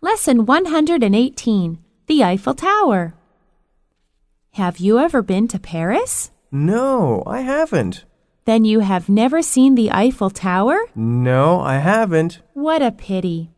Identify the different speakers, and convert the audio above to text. Speaker 1: Lesson 118 The Eiffel Tower. Have you ever been to Paris?
Speaker 2: No, I haven't.
Speaker 1: Then you have never seen the Eiffel Tower?
Speaker 2: No, I haven't.
Speaker 1: What a pity.